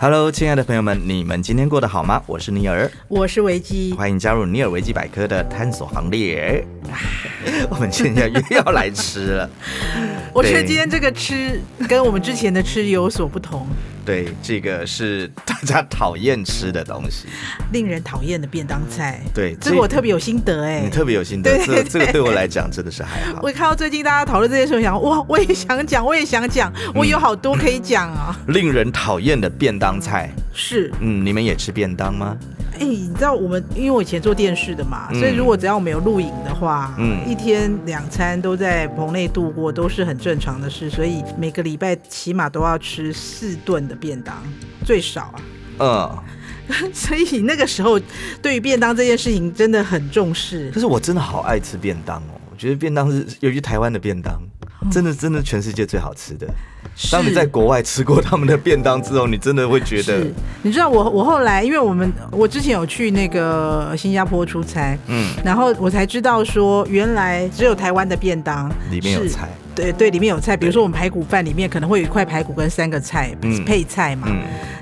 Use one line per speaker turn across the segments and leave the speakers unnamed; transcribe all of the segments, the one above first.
Hello，亲爱的朋友们，你们今天过得好吗？我是尼尔，
我是维基。
欢迎加入尼尔维基百科的探索行列。 我们现在又要来吃了，
我觉得今天这个吃跟我们之前的吃有所不同，
对，这个是大家讨厌吃的东西。
令人讨厌的便当菜。
对
这个
这
我特别有心得哎、
你特别有心得，这
对
这个
对
对我来讲真的是还好
我。看到最近大家讨论这件事，我想哇，我也想讲，我也想讲，
嗯
我有好多可以讲 啊。
令人讨厌的便当菜，
是，
嗯，你们也吃便当吗？
哎、你知道我们，因为我以前做电视的嘛，
嗯
所以如果只要我们有录影的话，
嗯
一天两餐都在棚内度过，都是很正常的事。所以每个礼拜起码都要吃四顿的便当，最少啊。
嗯，
所以那个时候对于便当这件事情真的很重视
可。是我真的好爱吃便当哦，我觉得便当是，尤其台湾的便当，真的真的全世界最好吃的。当你
嗯是
在国外吃过他们的便当之后，你真的会觉得
是，，你知道我我后来，因为我们我之前有去那个新加坡出差，
嗯，
然后我才知道说，原来只有台湾的便当
里面有
是
菜，
对对，里面有菜，比如说我们排骨饭里面可能会有一块排骨跟三个菜、
嗯
配菜嘛。
嗯，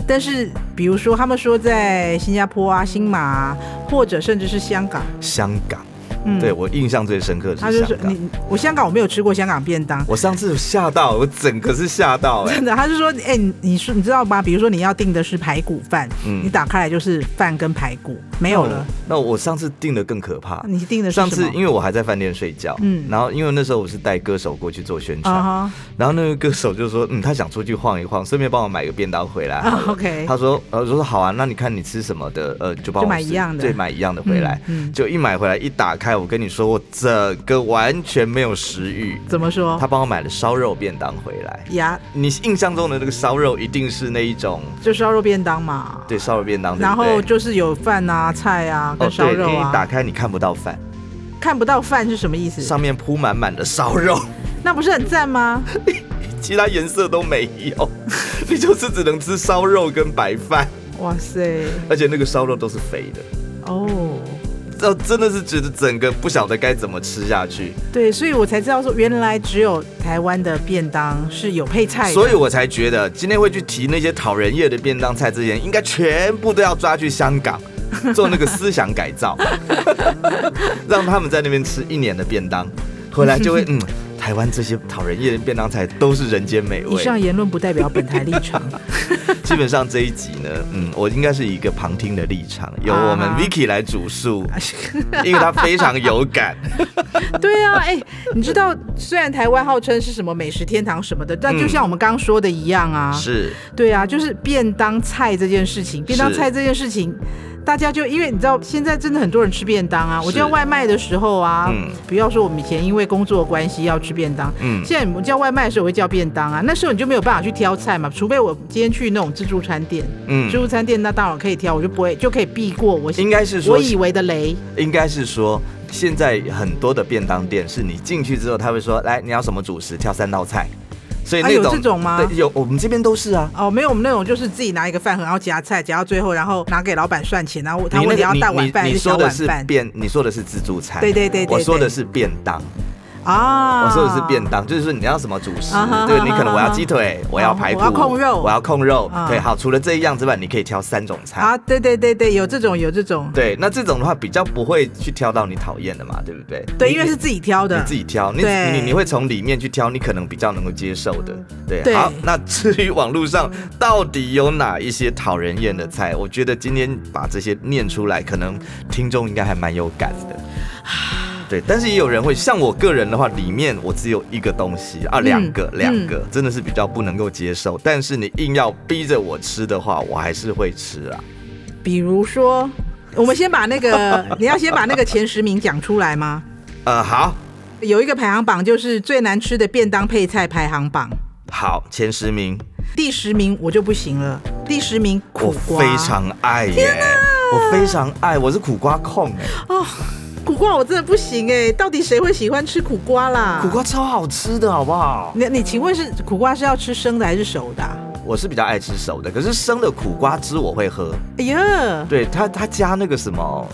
但是比如说他们说在新加坡啊、新马啊，或者甚至是香港，
香港，
嗯
对我印象最深刻
他
的
就是说
香港。
你我香港我没有吃过香港便当。
我上次吓到，我整个是吓到哎、
真的，他就说，哎、你你说你知道吗？比如说你要订的是排骨饭，
嗯
你打开来就是饭跟排骨，没有了。
那我。那我上次订的更可怕，
你订的是
哦上次
什么
因为我还在饭店睡觉，嗯
嗯，
然后因为那时候我是带歌手过去做宣传，
啊哈
然后那个歌手就说，嗯，他想出去晃一晃，顺便帮我买个便当回来好了。
啊，OK
他说，呃，我说好啊，那你看你吃什么的，呃，就帮我
就买
吃
一样的
对，买一样的回来。
嗯嗯
就一买回来一打开，我跟你说，我整个完全没有食欲。
怎么说
他？帮我买了烧肉便当回来，
呀，
你印象中的那个烧肉一定是那一种，
就烧肉便当嘛。
对，烧肉便当，对不
然后
对
就是有饭啊、菜啊
哦
跟烧
对，
肉
你一打
啊，
开你看不到饭，
看不到饭是什么意思？
上面铺满满的烧肉。
那不是很赞吗？
其他颜色都没有， 你就是只能吃烧肉跟白饭，
哇塞，
而且那个烧肉都是肥的，
哦，
这真的是觉得整个不晓得该怎么吃下去，
对，所以我才知道说，原来只有台湾的便当是有配菜的。
所以我才觉得今天会去提那些讨人厌的便当菜之前，应该全部都要抓去香 港。做那个思想改造，让他们在那边吃一年的便当，回来 就会嗯，台湾这些讨人厌的便当菜都是人间美
以
味。
上言论不代表本台立 场。
基本上这一集呢，嗯，我应该是以一个旁听的立场，由我们
啊
Vicky 来主述。 因为他非常有感，
对啊，哎、你知道，虽然台湾号称是什么美食天堂什么的，但就像我们刚刚说的一样啊，
嗯是
对啊，就是便当菜这件事情，便当
是
菜这件事情。大家就因为你知道，现在真的很多人吃便当啊。我
是
叫外卖的时候啊，
嗯
不要说我们以前因为工作关系要吃便当，
嗯
现在我们叫外卖的时候我会叫便当啊。那时候你就没有办法去挑菜嘛，除非我今天去那种自助餐店，
嗯
自，助餐店那当然可以挑，我就不会就可以避过我
应该是说
我，以为的雷。
应该是说，现在很多的便当店是你进去之后，他会说，来，你要什么主食，挑三道菜，所以
啊
那
有
种
这种吗
对，有，我们这边都是啊。
哦，没有，我们那种就是自己拿一个饭盒，然后夹菜，夹到最后，然后拿给老板算钱，然后他
你
问
那
你
个
要
你
大碗饭
你
还
你
是小
说的
碗
是
饭
便，你说的是自助餐，
对对对对
我说的
对
是便当，
啊。
我说的是便当，就是说你要什么主食
啊哈，
对
哈
你可能
哈
我要
哈
鸡腿，我要排骨，
我要控肉
我要控肉，
啊
对，好，除了这一样之外，你可以挑三种菜。
啊，对对对对，有这种有这种，
对，那这种的话比较不会去挑到你讨厌的嘛，对不对？
对，
你
因为是自己挑
你
的
自，己挑，你
对
你你会从里面去挑，你可能比较能够接受的。对，
对
好，那至于网络上到底有哪一些讨人厌的菜，我觉得今天把这些念出来，可能听众应该还蛮有感 的。对，但是也有人会像我个人的话，里面我只有一个东西啊，两个
嗯
两个、真的是比较不能够接受。但是你硬要逼着我吃的话，我还是会吃啊。
比如说。我们先把那个，你要先把那个前十名讲出来吗？
呃，好，
有一个排行榜，就是最难吃的便当配菜排行榜，
好，前十名，
第十名我就不行了。第十名
我
苦瓜，
非常爱耶、我非常爱，我是苦瓜控哎、
哦，苦瓜我真的不行哎、到底谁会喜欢吃苦瓜啦？
苦瓜超好吃的，好不好？
你你请问是苦瓜是要吃生的还是熟的啊、
我是比较爱吃熟的，可是生的苦瓜汁我会喝。
哎呀，
对它，它加那个什么，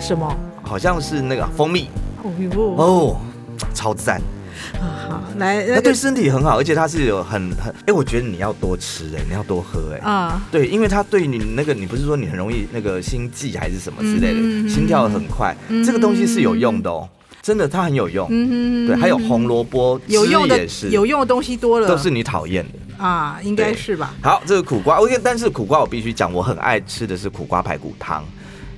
什么？
好像是那个蜂蜜
哦呦，
哦，超赞。
好，
来，那
它对
个
身体很好，而且它是有很很，哎、我觉得你要多吃哎、你要多喝哎、
哦
啊、
对，因为它对你那个，你不是说你很容易那个心悸还是什么之类的，
嗯嗯嗯
心跳得很快，
嗯
这个东西是有用的哦，真的它很有用。
嗯
对，还有红萝卜汁
有用的
也是，
有用的东西多了，
都是你讨厌的。
啊，应该
对
是吧？
好，这个苦瓜，我跟但是苦瓜我必须讲，我很爱吃的是苦瓜排骨汤。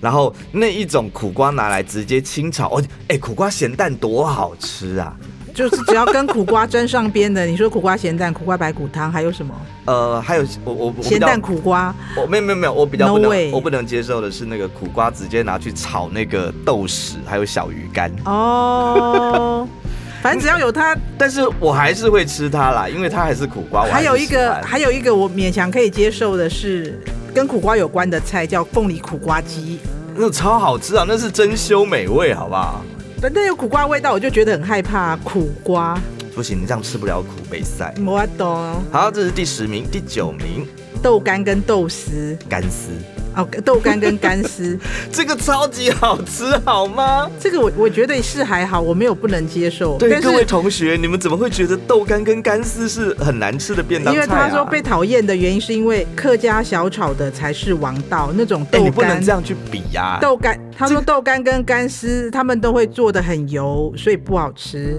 然后那一种苦瓜拿来直接清炒，哦，哎，苦瓜咸蛋多好吃啊！
就是只要跟苦瓜沾上边的，你说苦瓜咸蛋、苦瓜白骨汤，还有什么
呃，还有我我我比较
咸蛋，苦瓜？
我没有没有没有，我比较
No
不能
way
我不能接受的是那个苦瓜直接拿去炒那个豆豉，还有小鱼干。
哦，反正只要有它，
但是我还是会吃它啦，因为它还是苦瓜。我
还
是
有一
喜
个
欢
还有一个我勉强可以接受的是跟苦瓜有关的菜，叫凤梨苦瓜鸡。
那超好吃啊，那是珍馐美味，好不好？
但但有苦瓜味道，我就觉得很害怕苦瓜。
不行，你这样吃不了苦北塞。
我懂，
好，这是第十名，第九名
豆干跟豆丝
干丝，
哦，豆干跟干 丝，
这个超级好吃，好吗？
这个我我觉得是还好，我没有不能接受。
对
但
各位
是
同学，你们怎么会觉得豆干跟干丝是很难吃的便当
因
菜、啊？
为他说被讨厌的原因是因为客家小炒的才是王道，那种
哎、
豆
你不
干。
能这样去比呀、
豆干，他
这
说豆干跟干丝他们都会做的很油，所以不好吃。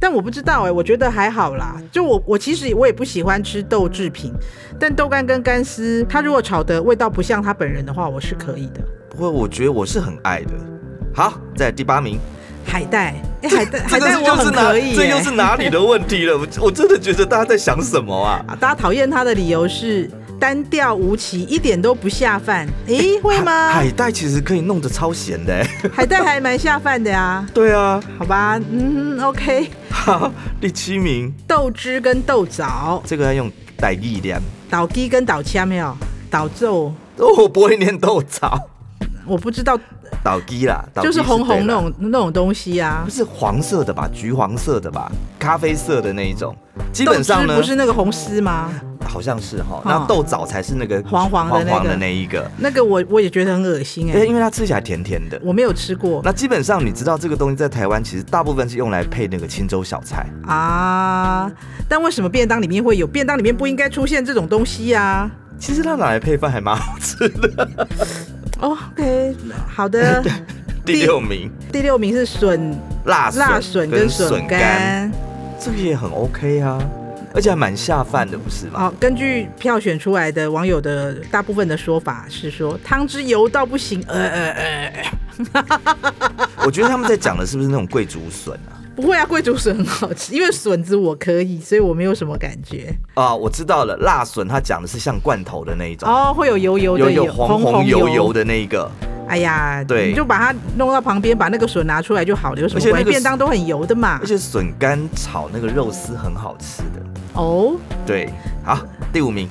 但我不知道哎、我觉得还好啦。就我我其实我也不喜欢吃豆制品，但豆干跟干丝，它如果炒的味道不像他本人的话，我是可以的。
不会，我觉得我是很爱的。好，在第八名，
海带，哎、海带，
这
海
个
带我
又是
很
哪？
可以、
这又是
哎
哪里的问题了？我我真的觉得大家在想什么啊？
啊大家讨厌它的理由是单调无奇，一点都不下饭。
哎
诶、会吗？
海带其实可以弄得超咸的、欸。
海带还蛮下饭的呀、
对啊，
好吧，嗯，OK。
好，第七名，
豆汁跟豆枣，
这个要用带力量。
倒鸡跟倒签没有？倒奏，
哦，我不会念豆枣，
我不知道，
倒鸡啦，倒鸡
就是红红
对
那
啦，
种那种东西啊
不。是黄色的吧？橘黄色的吧？咖啡色的那一种。基本上
豆
呢
汁不，是那个红丝吗？
好像是哈
哦，
那豆枣才是那个
黄黄的那个
黄黄的那一个，
那个我我也觉得很恶心哎、
因为因为它吃起来甜甜的。
我没有吃过
那基本上你知道这个东西在台湾其实大部分是用来配那个青州小菜，
啊。但为什么便当里面会有？便当里面不应该出现这种东西啊。
其实它拿来配饭还蛮好吃的。
哦 OK，好的。第
第六名，
第六名是笋
辣
辣笋跟笋干。
这个也很 OK 啊，而且还蛮下饭的，不是吗？
好、根据票选出来的网友的大部分的说法是说汤汁油到不行，呃呃呃，呃
我觉得他们在讲的是不是那种贵竹笋啊？
不会啊，贵族笋很好吃，因为笋子我可以，所以我没有什么感 觉。
啊，我知道了，辣笋它讲的是像罐头的那一种，
哦，会有油油的，
有红红油油。的那一个，
哎呀，
对
你就把它弄到旁边，把那个笋拿出来就好了，有什么
而且那
关
个
系？便当都很油的嘛
而。且笋干炒那个肉丝很好吃的。
哦，
对，好，第五名，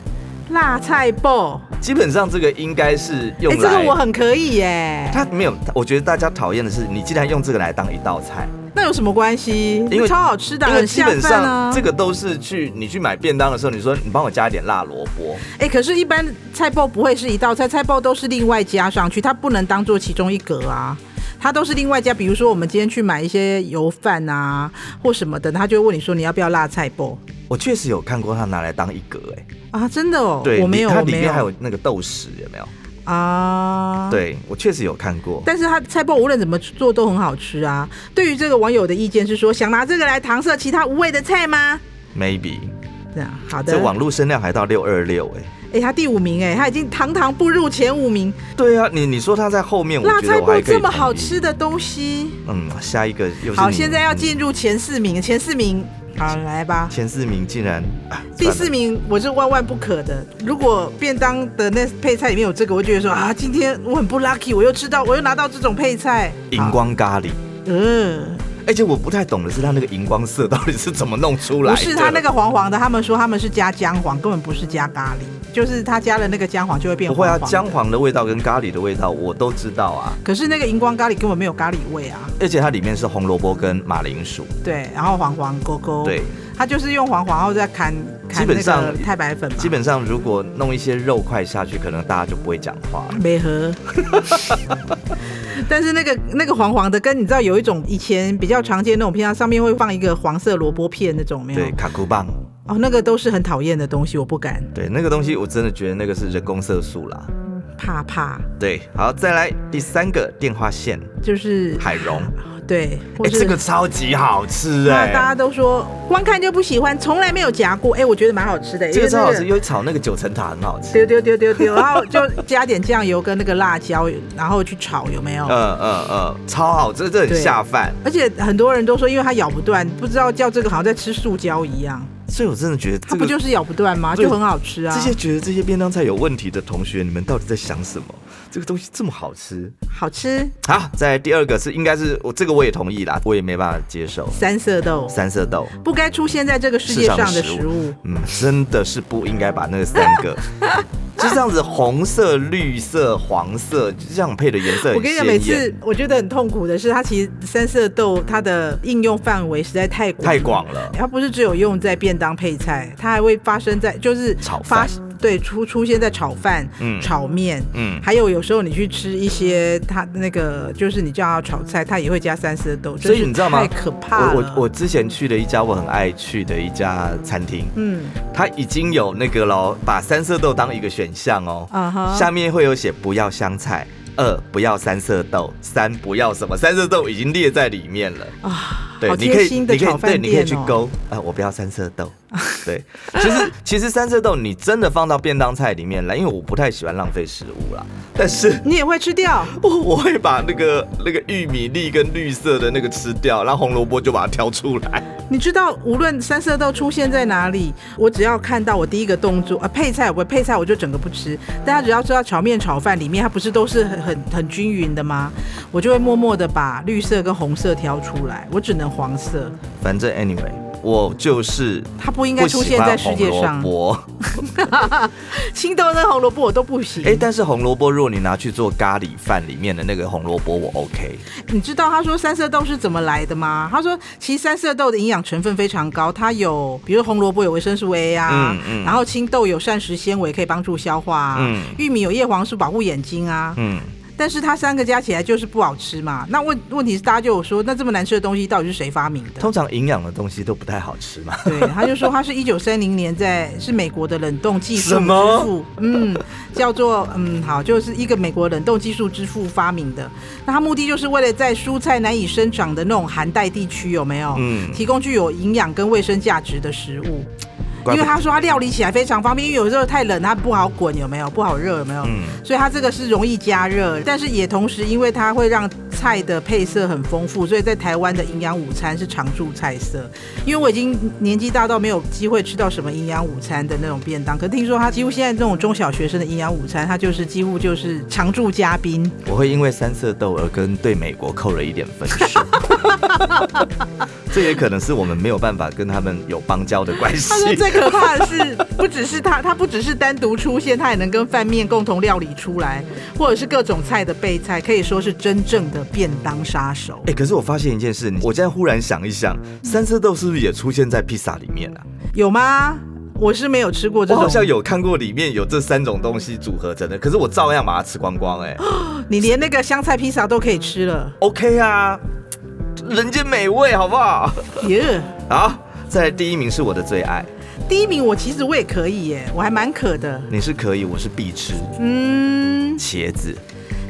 辣菜爆，
基本上这个应该是
哎、
用
这个我
来。
很可以耶。
它没有，我觉得大家讨厌的是，你竟然用这个来当一道菜，
那有什么关系？
因为
超好吃的，
因为
很
基
下
本
饭
上
啊。
这个都是去你去买便当的时候，你说你帮我加一点辣萝卜，
哎、可是，一般菜爆不会是一道菜，菜爆都是另外加上去，它不能当做其中一格啊。它都是另外加，比如说我们今天去买一些油饭啊或什么的，他就会问你说你要不要辣菜爆
我确实有看过它拿来当一格、哎，
啊？真的哦，
对，
我没
里
有，
它
我
里
没
面还有那个豆豉，有没有？
啊，。
对我确实有看过，
但是它菜包无论怎么做都很好吃啊。对于这个网友的意见是说，想拿这个来搪塞其他无味的菜吗？
maybe
这样好的
这，网络声量还到六二六哎，
哎、他第五名哎、他已经堂堂步入前五名。
对啊，你你说它在后面，我
辣
觉得
菜
我还
包
可以
这么
同
好
意
吃，的东西，
嗯，下一个又是
好，
你
现在要进
嗯
入前四名，前四名，好来吧。
前四名，竟然啊
第
算了
四名我是万万不可的。如果便当的那配菜里面有这个，我就觉得说啊，今天我很不 lucky，我又吃到，我又拿到这种配菜。
荧光咖喱，
好，嗯、
而且我不太懂的是它那个荧光色到底是怎么弄出来的，
不是它那个黄黄的，他们说他们是加姜黄，根本不是加咖喱，就是它加了那个姜黄就会变
不
黄
会啊，
黄。
姜。黄的味道跟咖喱的味道我都知道啊，
可是那个荧光咖喱根本没有咖喱味啊，
而且它里面是红萝卜跟马铃薯，
对，然后黄黄勾勾，
对，
它就是用黄黄后再砍
基
砍
本
那
上
个太白粉嘛，
基本上如果弄一些肉块下去，可能大家就不会讲话了。
没喝。但是那个那个黄黄的，跟你知道有一种以前比较常见那种片，它上面会放一个黄色萝卜片那种，有没有
对，？卡酷棒，
哦，那个都是很讨厌的东西，我不敢，
对那个东西，我真的觉得那个是人工色素啦。
怕怕。
对，好，再来第三个电话线
就是
海茸，
对，或
哎、
是、
这个超级好吃
那
哎、
大家都说光看就不喜欢，从来没有夹过。哎、我觉得蛮好吃的、因
这个
为
超好吃，
那
有炒那个九层塔很好吃。
丢丢丢丢丢，然后就加点酱油跟那个辣椒，然后去炒，有没有？
嗯嗯嗯，超好吃，这很
对
下饭。
而且很多人都说，因为它咬不断，不知道叫这个好像在吃塑胶一样，
所以我真的觉得
它
这
不
个
就是咬不断吗？
对
就很好吃啊。
这些觉得这些便当菜有问题的同学，你们到底在想什么？这个东西这么好吃。
好吃，
好，再来第二个是应该是我这个我也同意啦，我也没办法接受
三色豆
三色豆。
不该出现在这个世界上的
世上
食
的食
物。
嗯，真的是不应该把那三个 就这样子红色、绿色、黄色，就这样配的颜色
我
很
跟你
鲜
讲，每
艳，
次我觉得很痛苦的是，它其实三色豆它的应用范围实在太广
太广了。
它不是只有用在便当配菜，它还会发生在就是
炒
发
饭
对出出现在炒饭、
嗯
炒面，
嗯
还有有时候你去吃一些它那个就是你叫它炒菜，它也会加三色豆，
所以
真是
你知道吗
太可怕了。
我我我之前去了一家我很爱去的一家餐厅，
嗯
它已经有那个喽，把三色豆当一个选项哦。
啊哈，
下面会有写不要香菜，二不要三色豆，三不要什么，三色豆已经列在里面了。
啊，
对
好，
你可
贴
以，
心的
你可
炒
以，对，
饭
你可以
店
去
哦。
勾啊、我不要三色豆。对，其实其实三色豆你真的放到便当菜里面来，因为我不太喜欢浪费食物啦。但是
你也会吃掉，
我我会把那个那个玉米粒跟绿色的那个吃掉，然后红萝卜就把它挑出来。
你知道无论三色豆出现在哪里，我只要看到我第一个动作啊，配菜我配菜我就整个不吃。大家只要知道炒面、炒饭里面它不是都是很很很均匀的吗？我就会默默的把绿色跟红色挑出来，我只能黄色，
反正 anyway，我就是
它不应该
不
出
喜
现在
欢
世
红
界
萝
上。
卜。
青豆跟红萝卜我都不行。
哎、但是红萝卜如果你拿去做咖喱饭里面的那个红萝卜，我 OK。
你知道他说三色豆是怎么来的吗？他说其实三色豆的营养成分非常高，它有比如红萝卜有维生素 A 啊，
嗯嗯
然后青豆有膳食纤维可以帮助消化啊，
嗯
玉米有叶黄素保护眼睛啊。
嗯，
但是它三个加起来就是不好吃嘛。那问问题是大家就有说，那这么难吃的东西到底是谁发明的？
通常营养的东西都不太好吃 嘛。
对，他就说他是一九三零年在是美国的冷冻技术
什
之
么
父，嗯，叫做嗯好，就是一个美国冷冻技术之父发明的。那他目的就是为了在蔬菜难以生长的那种寒带地区有没有，
嗯
提供具有营养跟卫生价值的食物。因
怪
为
不
他说他料理起来非常方便，因为有时候太冷它啊不好滚，有没有不好热，有没有？
嗯
所以它这个是容易加热，但是也同时因为它会让菜的配色很丰富，所以在台湾的营养午餐是常驻菜色。因为我已经年纪大到没有机会吃到什么营养午餐的那种便当，可听说他几乎现在这种中小学生的营养午餐，他就是几乎就是常驻嘉宾。
我会因为三色豆而跟对美国扣了一点分数， 这也可能是我们没有办法跟他们有邦交的关系
他。说最可怕的是，不只是他，他不只是单独出现，他也能跟饭面共同料理出来，或者是各种菜的备菜，可以说是真正的便当杀手
哎、。可是我发现一件事，我现在忽然想一想，三色豆是不是也出现在披萨里面啊？
有吗？我是没有吃过这
我好
种，
像有看过里面有这三种东西组合成的，可是我照样把它吃光光、哎。
你连那个香菜披萨都可以吃了，
OK 啊，人间美味，好不好？
耶、
好，再来第一名是我的最爱，
第一名我其实我也可以耶，我还蛮渴的。
你是可以，我是必吃
嗯，
茄子。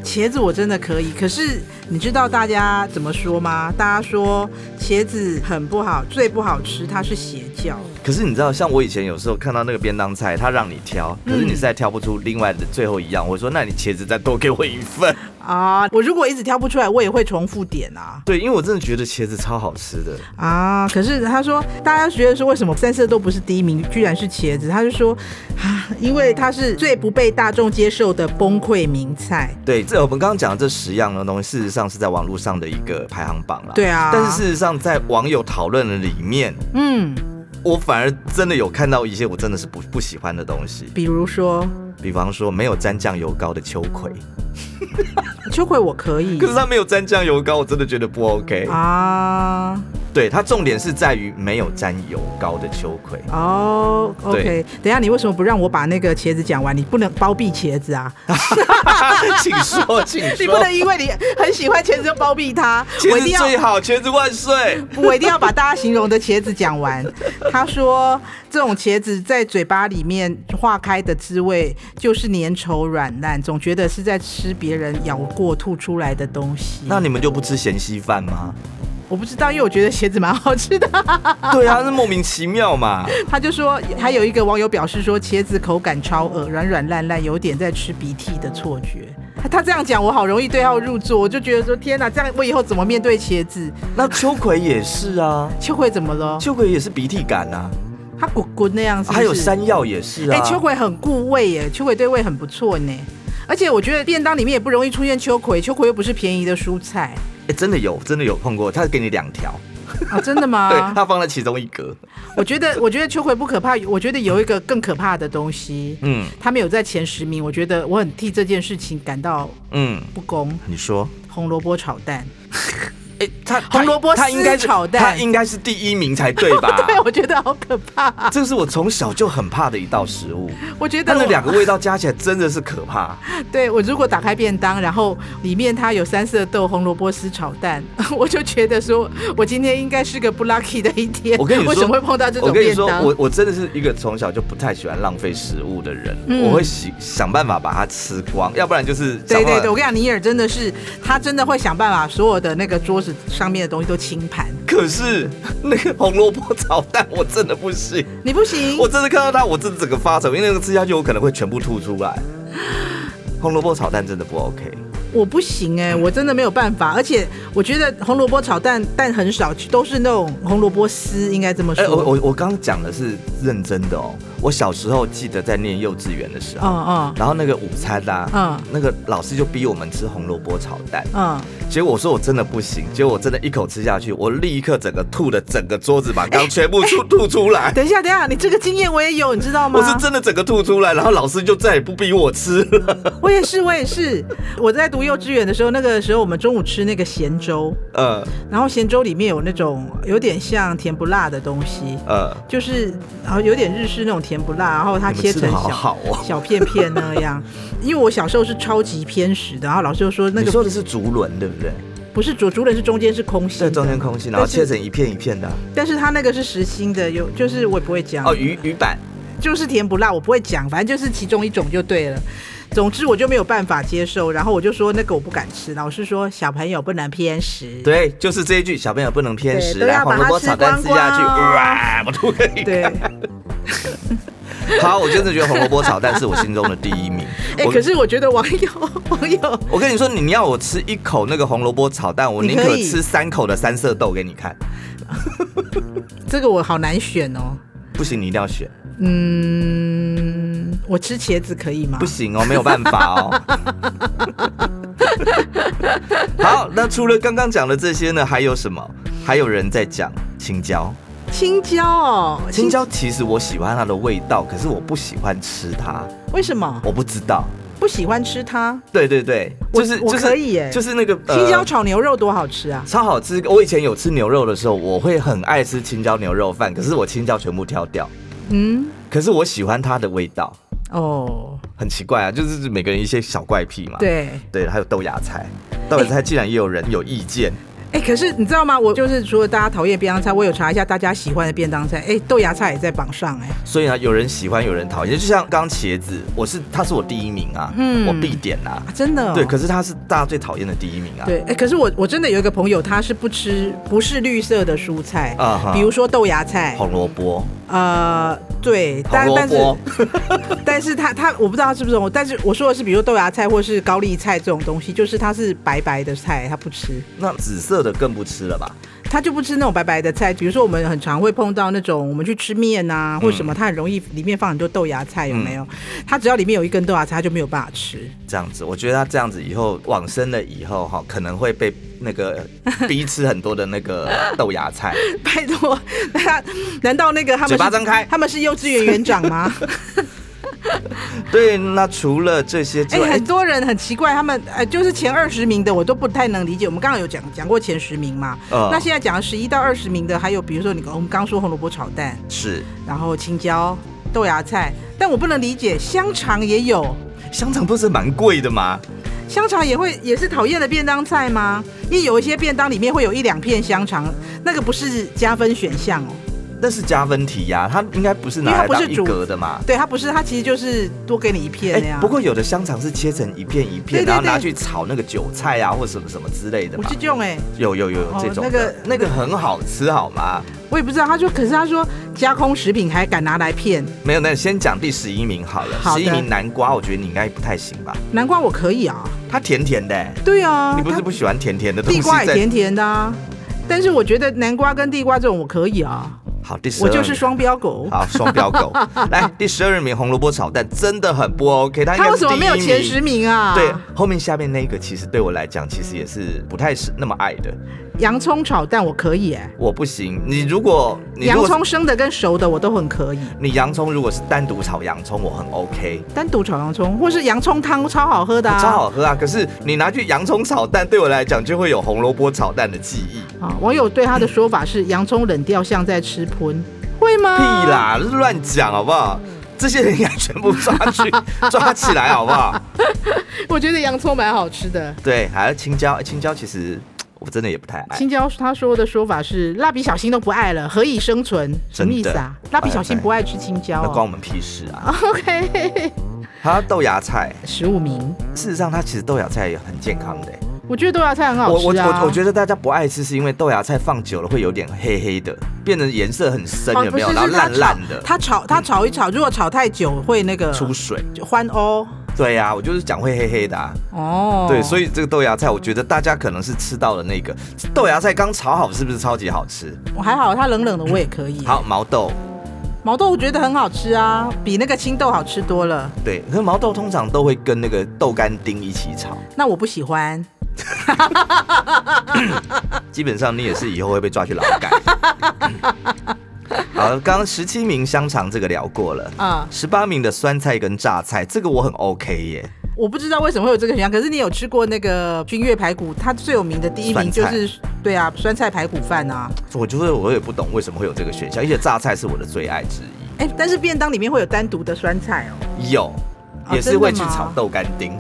茄子我真的可以，可是你知道大家怎么说吗？大家说茄子很不好，最不好吃，它是邪教。
可是你知道，像我以前有时候看到那个便当菜，他让你挑，可
嗯
是你实在挑不出另外的最后一样，我说那你茄子再多给我一份。
啊，我如果一直挑不出来，我也会重复点啊
对，因为我真的觉得茄子超好吃的。
啊！可是他说，大家觉得说为什么三色豆不是第一名，居然是茄子？他就说啊，因为它是最不被大众接受的崩溃名菜。
对，这我们刚刚讲的这十样的东西，事实上是在网络上的一个排行榜啦。
对啊
但是事实上，在网友讨论的里面，
嗯，
我反而真的有看到一些我真的是不不喜欢的东西。
比如说
比方说没有沾酱油膏的秋葵，
秋葵，我可以
可是它没有沾酱油膏，我真的觉得不 OK。
啊。
对，它重点是在于没有沾油膏的秋葵。
哦、o k 等一下你为什么不让我把那个茄子讲完？你不能包庇茄子啊！
请说，请说。
你不能因为你很喜欢茄子就包庇它。
茄
我一
子
定要
最好，茄子万岁！
我一定要把大家形容的茄子讲完。他说，这种茄子在嘴巴里面化开的滋味就是粘稠软烂，总觉得是在吃别人咬过吐出来的东西。
那你们就不吃咸稀饭吗？
我不知道，因为我觉得茄子蛮好吃的。
对啊，那莫名其妙嘛。
他就说，还有一个网友表示说，茄子口感超恶，软软烂烂，有点在吃鼻涕的错觉。他他这样讲，我好容易对号入座，我就觉得说，天哪，这样我以后怎么面对茄子？
那秋葵也是啊，
秋葵怎么了？
秋葵也是鼻涕感啊，
它滚滚那哦样是不是
还有山药也是
哎、
啊。
秋葵很顾胃耶，秋葵对胃很不错呢。而且我觉得便当里面也不容易出现秋葵，秋葵又不是便宜的蔬菜
哎真的有，真的有碰过，他给你两条，
啊，真的
对
吗，？
他放在其中一格。
我觉得，我觉得秋葵不可怕，我觉得有一个更可怕的东西，
嗯
他没有在前十名，我觉得我很替这件事情感到
嗯，
不公。
你说，
红萝卜炒蛋，
哎，他
红萝卜
他
丝
应该是
炒蛋
他应该是第一名才对吧？
对，我啊觉得好可怕、
这是我从小就很怕的一道食物，
我觉得
但那
我
两个味道加起来真的是可怕。
对我如果打开便当，然后里面它有三色豆、红萝卜丝炒蛋， 我就觉得说，我今天应该是个不 lucky 的一天。
我跟你说
为什么会碰 到这
我
种
跟你
便
说，
当？
我我真的是一个从小就不太喜欢浪费食物的人，
嗯
我会想想办法把它吃光，要不然就是
对对对，
想
我
办法
跟你讲，尼尔真的是，他真的会想办法，所有的那个桌子上面的东西都清盘。
可是那个红萝卜炒蛋我真的不行，
你不 行，
我真的看到它我真的整个发愁，因为那个吃下去我可能会全部吐出来。红萝卜炒蛋真的不 OK，
我不行哎、我真的没有办法。而且我觉得红萝卜炒蛋蛋很少，都是那种红萝卜丝，应该这么
哎、
说。
我我我刚刚讲的是认真的哦，我小时候记得在念幼稚园的时候，
嗯
然后那个午餐啦、
嗯
那个老师就逼我们吃红萝卜炒蛋，
嗯
结果我说我真的不行，结果我真的一口吃下去，我立刻整个吐的整个桌子把刚全部 吐吐出来
嗯，，等一下等一下，你这个经验我也有，你知道吗？
我是真的整个吐出来，然后老师就再也不逼我吃了。
我也是，我也是。我在读幼稚园的时候，那个时候我们中午吃那个咸粥，
呃
然后咸粥里面有那种有点像甜不辣的东西，
呃，
就是然后有点日式那种甜不辣，然后它
你
切
们吃
成
的好
小
好哦。
小片片那样。 因为我小时候是超级偏食的，然后老师就说那
你
个
说的是竹轮对不对？
不是竹竹的是中间是空心
在
的，
中间空心，然后切成一片一片的。
但是它那个是实心的，有就是我也不会讲
哦，鱼鱼板。
就是甜不辣，我不会讲，反正就是其中一种就对了。总之我就没有办法接受，然后我就说那个我不敢吃。老师说小朋友不能偏食，
对，就是这一句，小朋友不能偏食，
对都
来
要
红
把它
萝卜炒蛋吃下去，
吃光光
哇， 我吐给你。
对，
好，我真的觉得红萝卜炒蛋是我心中的第一名。
哎、
我
可是我觉得网友网友
我跟你说，你要我吃一口那个红萝卜炒蛋，我
你
宁
可
可
以
吃三口的三色豆给你看。
这个我好难选哦。
不行，你一定要选，
嗯，我吃茄子可以吗
不？行哦，没有办法 哦。好，那除了刚刚讲的这些呢，还有什么？还有人在讲青椒，
青椒哦，
青椒其实我喜欢它的味道，可是我不喜欢吃它，
为什么
我不知道。
不喜欢吃它？
对对对，
我
就是
我
就是
可以耶
就是那个、呃
青椒炒牛肉多好吃啊！
超好吃。我以前有吃牛肉的时候，呃我会很爱吃青椒牛肉饭，可是我青椒全部挑掉，
嗯，
可是我喜欢它的味道，
哦，
很奇怪啊，就是每个人一些小怪癖嘛。
对，
对，还有豆芽 菜，豆芽菜竟然也有人有意见。
哎、可是你知道吗？我就是除了大家讨厌便当菜，我有查一下大家喜欢的便当菜。哎、豆芽菜也在榜上哎、
所以呢，有人喜欢，有人讨厌。就像刚茄子，我是它是我第一名啊，
嗯
我必点啊。
啊真的、哦。
对，可是它是大家最讨厌的第一名啊。
对，哎、可是我我真的有一个朋友，他是不吃不是绿色的蔬菜，
啊哈
比如说豆芽
嗯
菜，
红萝卜，
呃，对，
红
嗯但
萝
但是
卜，
但是他他我不知道他是不是红，但是我说的是，比如说豆芽菜或是高丽菜这种东西，就是它是白白的菜，他不吃，
那紫色的更不吃了吧？
他就不吃那种白白的菜。比如说我们很常会碰到那种我们去吃面啊或
嗯
什么，它很容易里面放很多豆芽菜，有没有？它只要里面有一根豆芽菜，他就没有办法吃。
这样子，我觉得他这样子以后往生了以后哈，可能会被那个 逼吃很多的那个豆芽 菜。
拜托，那难道那个他们
嘴
是
巴张开
他们是幼稚园园长吗？
对，那除了这些之
哎、
外，哎
很多人很奇怪，他们呃，就是前二十名的我都不太能理解。我们刚刚有讲讲过前十名嘛，
嗯
那现在讲十一到二十名的，还有比如说你我们刚说红萝卜炒蛋，
是
然后青椒、豆芽菜，但我不能理解香肠也有，
香肠不是蛮贵的吗？
香肠也会也是讨厌的便当菜吗？因为有一些便当里面会有一两片香肠，那个不是加分选项哦。
那是加分题呀、它应该不是拿
因
来
为它不
当
是
一
煮
格的嘛。哎
对，它不是，它其实就是多给你一片那样。
不过有的香肠是切成一片一
对
片，
对
然后
对
拿去炒那个韭菜啊，或什么什么之类的
我
嘛
是。用哎、
有有有有
哦
这种的、
那个
那个很好吃，好吗？
我也不知道。他说，可是他说加工食品还敢拿来骗，
没有，那先讲第十一名好了。
好
十
的
一名南瓜，我觉得你应该不太行吧？
难怪我可以啊。
它甜甜的、欸
对啊，
你不是
它
不喜欢甜甜的东西
地瓜
在？
也甜甜的啊。但是我觉得南瓜跟地瓜这种我可以啊，
好，第十
我
二
就是双标狗。
好双标 狗。来，第十二名红萝卜炒蛋真的很不 OK，它应
他
该
为
是
什
第一
么没有前十
名？
名啊？
对，后面下面那个其实对我来讲，其实也是不太是那么爱的。
洋葱炒蛋我可以哎、
我不行，你如果你如
洋
果
葱生的跟熟的我都很可以。
你洋葱如果是单独炒洋葱，我很 OK，、
单独炒洋葱，或是洋葱汤超好喝的啊！
超好喝啊。可是你拿去洋葱炒蛋，对我来讲就会有红萝卜炒蛋的记忆。
啊！网友对他的说法是：洋葱冷掉像在吃喷，会吗？
屁！啦，乱讲好不好？这些人应该全部抓 去抓起来好不好？
我觉得洋葱蛮好吃的。
对，还有青椒，哎青椒其实我真的也不太爱。
青椒他说的说法是：蜡笔小新都不爱了，何以生存？什么意思啊？
真的
蜡笔小新不爱吃青椒、
那关我
哦。
们屁事啊！
OK，
还有豆芽菜，
十五名，
事实上它其实豆芽菜也很健康的、
我觉得豆芽菜很好
我我
吃啊。
我我觉得大家不爱吃是因为豆芽菜放久了会有点黑黑的，变成颜色很深，
哦
有
不
没
是
有？然后
是它
烂烂的，
炒它炒它炒一炒，如果炒太久会那个
出水。
就欢哦。
对呀、我就是讲会黑黑的、啊。
哦，
对，所
以
以这个豆芽菜，我觉得大家可能是吃到了那个豆芽菜刚炒好，是不是超级好吃？
我还好，它冷冷的我也可以。
好，毛豆，
毛豆我觉得很好吃啊，比那个青豆好吃多了。
对，可是毛豆通常都会跟那个豆干丁一起炒，
那我不喜欢，
基本上你也是以后会被抓去劳改。 好，刚刚十七名香肠这个聊过了，
啊、
十八名的酸菜跟榨菜，这个我很 OK 耶。
我不知道为什么会有这个选项。可是你有吃过那个君悦排骨？它最有名的第一名就
酸
是对啊，酸菜排骨饭啊。
我就是我也不懂为什么会有这个选项，而且榨菜是我的最爱之一，
哎，但是便当里面会有单独的酸菜哦。
有
啊
也是
真的
会去
吗
炒豆干丁，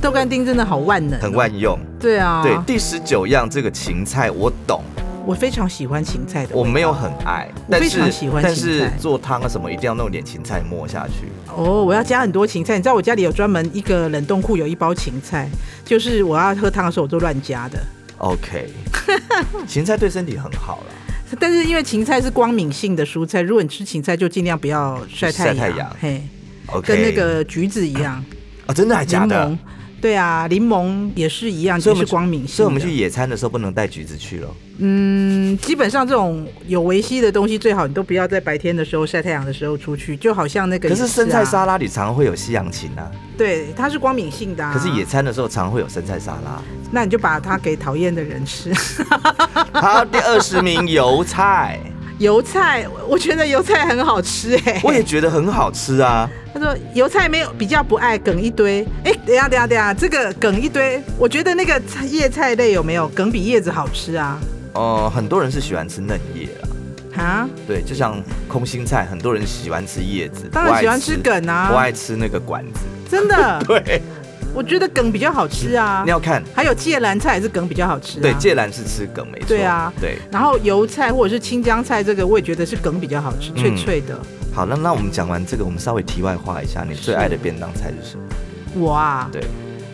豆干丁真的好万能、
很。万用。
对啊，
对，第十九样这个芹菜我懂，
我非常喜欢芹菜的味道。
我没有很爱，
我
但
非
是
常喜欢
但
芹
是
菜
做汤啊什么一定要弄点芹菜末下去。
哦，我要加很多芹菜。你知道我家里有专门一个冷冻库，有一包芹菜，就是我要喝汤的时候我都乱加的。
OK，芹菜对身体很好了，
但是因为芹菜是光敏性的蔬菜，如果你吃芹菜就尽量不要晒太阳，
晒太阳
嘿，
OK，
跟那个橘子一样，
哦，真的还
柠
假的
檬？，对啊，柠檬也是一样，
所以
就
我们去
是光敏性的。
所以我们去野餐的时候不能带橘子去了。
嗯，基本上这种有维 C 的东西，最好你都不要在白天的时候晒太阳的时候出去，就好像那个、
可是生菜沙
拉，
拉里常常会有西洋芹啊，
对，它是光敏性的、啊，
可是野，餐的时候常常会有生菜沙拉。
那你就把它给讨厌的人吃。
好，第二十名油 菜，
油菜，我觉得油菜很好吃哎、
我也觉得很好吃啊。
他说油菜没有比较不爱梗一堆，哎、等一下等一下等一下，这个梗一堆，我觉得那个菜叶菜类有没有梗比叶子好吃啊？
呃，很多人是喜欢吃嫩叶啦，
啊，
对，就像空心菜，很多人喜欢吃叶子，
当
不
然
爱
喜欢吃梗
不
啊，
爱吃那个管子。
真的，
对，
我觉得梗比较好吃啊
你。要看，
还有芥蓝菜也是梗比较好吃、啊，
对，芥蓝是吃梗没错。
对啊
对。
然后油菜或者是青江菜，这个我也觉得是梗比较好
嗯
吃，脆脆的。
好，那那我们讲完这个，我们稍微题外话一下，你最爱的便当菜是什么？
我啊，
对，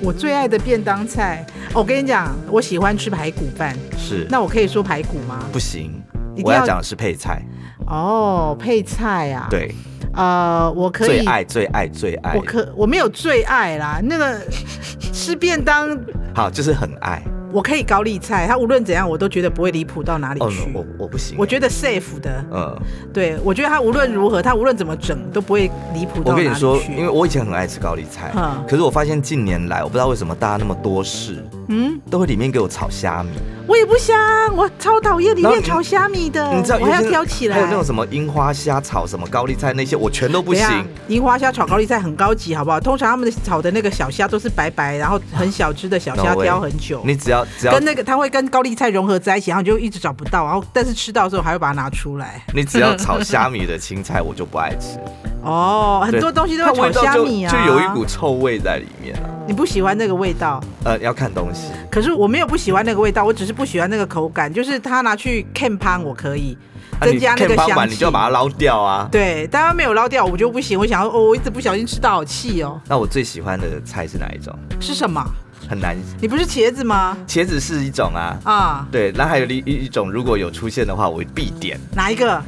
我最爱的便当菜，哦我跟你讲，我喜欢吃排骨饭。
是
那我可以说排骨吗？
不行，
一定
我要
要
讲的是配菜。
哦，配菜啊。，
对，
呃，我可
最
以，
爱最爱最爱
我，可我没有最爱啦，那个 吃便当
好，就是很爱。
我可以高丽菜，它无论怎样我都觉得不会离谱到哪里
哦
去。，
我我不行，
我觉得 safe 的，
嗯，
对我觉得它无论如何，它无论怎么整都不会离谱
我
到哪
跟
里去。
你说，因为我以前很爱吃高丽菜
嗯，
可是我发现近年来，我不知道为什么大家那么多事，
嗯，
都会里面给我炒虾米，
我也不香，我超讨厌里
然后
面
你
炒虾米的，
你知道，
哦我还
尤其
要
是
挑起来。
还有那种什么樱花虾炒什么高丽菜那些，我全都不
怎
行
样。樱花虾炒高丽菜很高级，好不好？通常他们的炒的那个小虾都是白白，然后很小只的小虾，
No way
挑很久。
你只要只要
跟那个它会跟高丽菜融合在一起，然后你就一直找不到，然后但是吃到的时候还会把它拿出来。
你只要炒虾米的青菜，我就不爱吃，
哦，很
对
多东西都
它
会
味
炒
道
虾
就
米啊嗯
就有一股臭味在里面啊。
你不喜欢那个味道，
呃，要看东西，
可是我没有不喜欢那个味道，我只是不喜欢那个口感，就是它拿去 can pan 我可以
啊
增加那
你
个
看傍
香
晚
气。
你就要把它捞掉啊。
对，但它没有捞掉，我就不行。我想要哦，我一直不小心吃到好气哦，
那我最喜欢的菜是哪一种？
是什么？
很难，
你不是茄子吗？
茄子是一种啊。
啊，
对，然后还有一一种，如果有出现的话，我必点，
哪一个？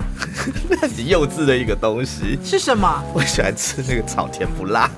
那很幼稚的一个东西。
是什么？
我喜欢吃那个炒甜不辣，，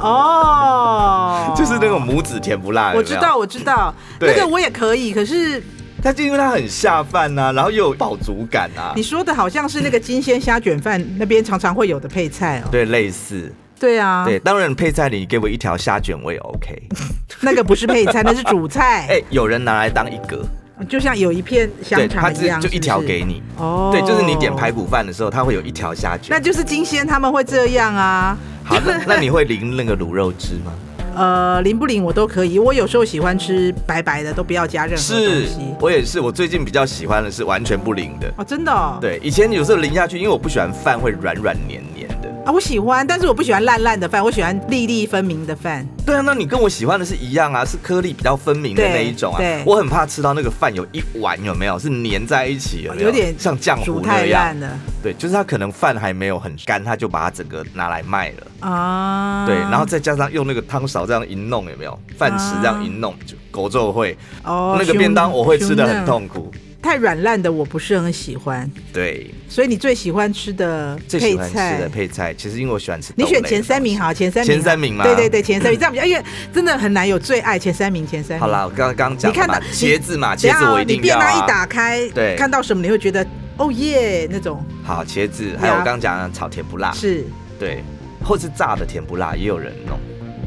哦
就是那种母子甜不辣。
我
有没
知
有
道，，我知道，
对
那个我也可以。可是
它就因为它很下饭呐、然后又有饱足感啊呐、
你说的好像是那个金鲜虾卷饭那边常常会有的配菜哦。
对，类似，
对啊，
对，当然配菜你给我一条虾卷我也 OK。
那个不是配 菜，那是主菜。
哎、有人拿来当一格，
就像有一片
对，
香
它
肠一
是
样，
就一条
是不是
给你。
哦，
对，就是你点排，骨饭的时候，它会有一条虾
那
卷。
就是金鲜他们会这样啊。
好，那那你会淋那个卤肉汁吗？
呃，淋不淋我都可以，我有时候喜欢吃白白的，都不要加任何东
是
西。
我也是，我最近比较喜欢的是完全不淋的。
哦，真的、哦，
对，以前有时候淋下去，因为我不喜欢饭会软软黏黏的。
啊，我喜欢，但是我不喜欢烂烂的饭，我喜欢粒粒分明的饭。
对啊，那你跟我喜欢的是一样啊，是颗粒比较分明的
对
那一种啊
对。
我很怕吃到那个饭有一碗有没有是粘在一起有没有？
有点
像浆糊
煮
那
太
样。
烂了
对，就是它可能饭还没有很干，它就把它整个拿来卖了。
啊！
对，然后再加上用那个汤勺这样一弄，有没有？饭匙这样一弄，就狗皱会。
哦，
那个便当我会吃的很
胸
痛苦。
胸太软烂的我不是很喜欢。
对，
所以你最喜欢吃的
最
配
喜欢吃
菜，
的配菜，其实因为我喜欢吃豆类
你
的东西。
选前三名好，前三名好，啊
前三名吗
对对对，前三名这样比较，因为真的很难有最爱前三名，前三名。
好啦，，我刚刚刚讲
你看
了嘛
到你
茄子嘛，
等一
茄
下
子
哦
我一定
你便
要
当
啊。
一打开，
对
看到什么你会觉得哦耶那种
好，茄子，还有我
呀
刚刚讲的炒甜不辣，
是
对，或是炸的甜不辣也有人弄。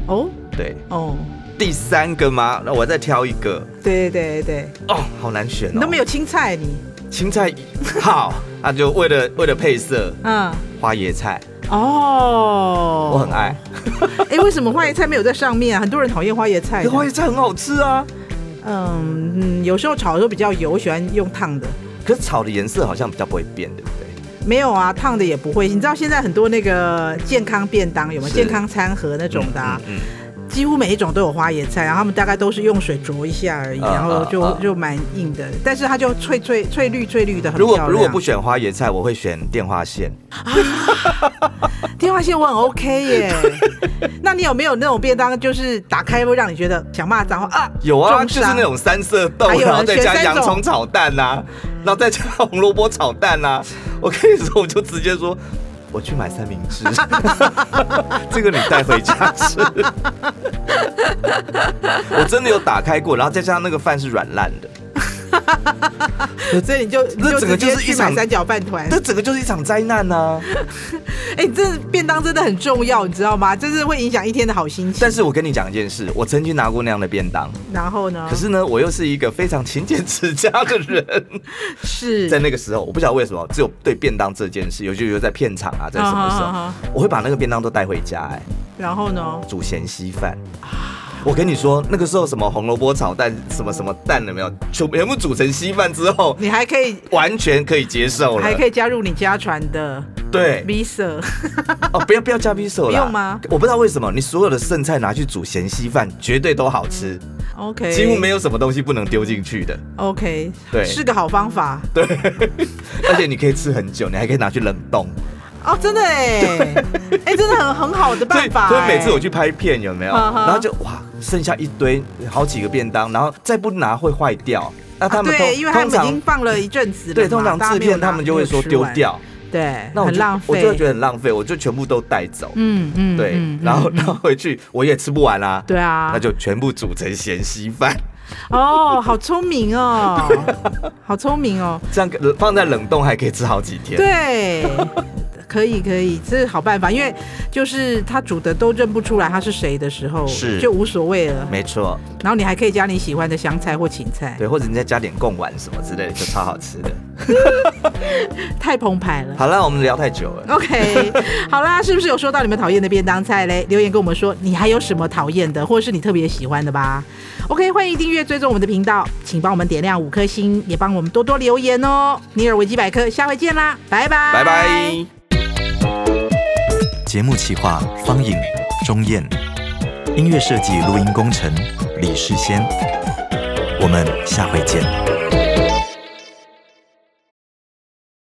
哦
对，
哦，
第三个吗？那我再挑一个。
对对对对，
哦，好难选哦。
你都没有青菜你，
青菜，好，那就为了为了配色，
嗯
花椰菜
哦，
我很爱，
哎，为什么花椰菜没有在上面啊？很多人讨厌花椰菜
可
的，
花椰菜很好吃啊。
嗯嗯，有时候炒的时候比较油，我喜欢用烫的。
可是炒的颜色好像比较不会变，对不对？
没有啊，烫的也不会。你知道现在很多那个健康便当有没有
是
健康餐盒那种的、啊，
嗯，
几乎每一种都有花椰菜，然后他们大概都是用水灼一下而已，
啊
然后就、
啊啊
就蛮硬的，但是它就翠翠翠绿翠绿的，很
如果
漂亮
如果不选花椰菜，我会选电话线。
电话线我很 OK 耶。那你有没有那种便当，就是打开会让你觉得想骂脏话啊？
有啊，
中
就是
伤
那种三色豆
还，有
然后再加
选三
洋
种
葱炒蛋呐、然后再加红萝卜炒蛋呐、我跟你说，我就直接说，我去买三明治， 这个你带回家吃。 我真的有打开过，然后再加上那个饭是软烂的，
所以你就你
那
就
整个
直接
就是一
去
场
买三角饭团。
这整个就是一场灾难啊呐、
哎、这便当真的很重要，你知道吗？就是会影响一天的好心情。
但是我跟你讲一件事，我曾经拿过那样的便当，
然后呢？
可是呢，我又是一个非常勤俭持家的人。
是
在那个时候，我不晓得为什么，只有对便当这件事，尤其是在片场啊，在什么时
啊啊
候，我会把那个便当都带回家、哎，
然后呢？
煮咸稀饭。我跟你说，那个时候什么红萝卜炒蛋，什么什么蛋有没有，全全部煮成稀饭之后，
你还可以
完全可以接受了。
还可以加入你家传的
对
Visa，
哦，不要不要加 V 手
不
啦。
用吗
我不知道为什么，你所有的剩菜拿去煮咸稀饭，绝对都好吃，
OK，
几乎没有什么东西不能丢进去的。
OK，
对
是个好方法
而且你可以吃很久，你还可以拿去冷冻。
哦，真的哎，哎，真的很很好的
所以
办法
所以
哎。
每次我去拍片有没有？
嗯哼
然后就哇，剩下一堆好几个便当，然后再不拿会坏掉。那
啊
他们通、
对，因为他
通
们已经
常
放了一阵子了嘛，
对通常
大家
制
没有
片
拿
他们就会说丢，掉，
没有
那
吃完对，
我
很
就
浪费，
我就会觉得很浪费，我就全部都带走。
嗯嗯，
对
嗯，
然后
嗯
然后回去我也吃不完啦、
对啊，
那就全部煮成咸稀饭。
哦，好聪明哦，好聪明哦，
这样呃放在冷冻还可以吃好几天。
对，可以可以，这是好办法，因为就是他煮的都认不出来他是谁的时候，
是
就无所谓了。
没错，
然后你还可以加你喜欢的香菜或芹菜，
对，或者你再加点贡丸什么之类的，就超好吃的。
太澎湃了。
好了，我们聊太久了，
OK，好啦，是不是有说到你们讨厌的便当菜嘞？留言跟我们说你还有什么讨厌的，或者是你特别喜欢的吧。OK，欢迎订阅追踪我们的频道，请帮我们点亮五颗星，也帮我们多多留言哦。尼尔维基百科，下回见啦，拜拜，
拜拜。
节目企划方颖、钟燕，音乐设计、录音工程李世先。我们下回见。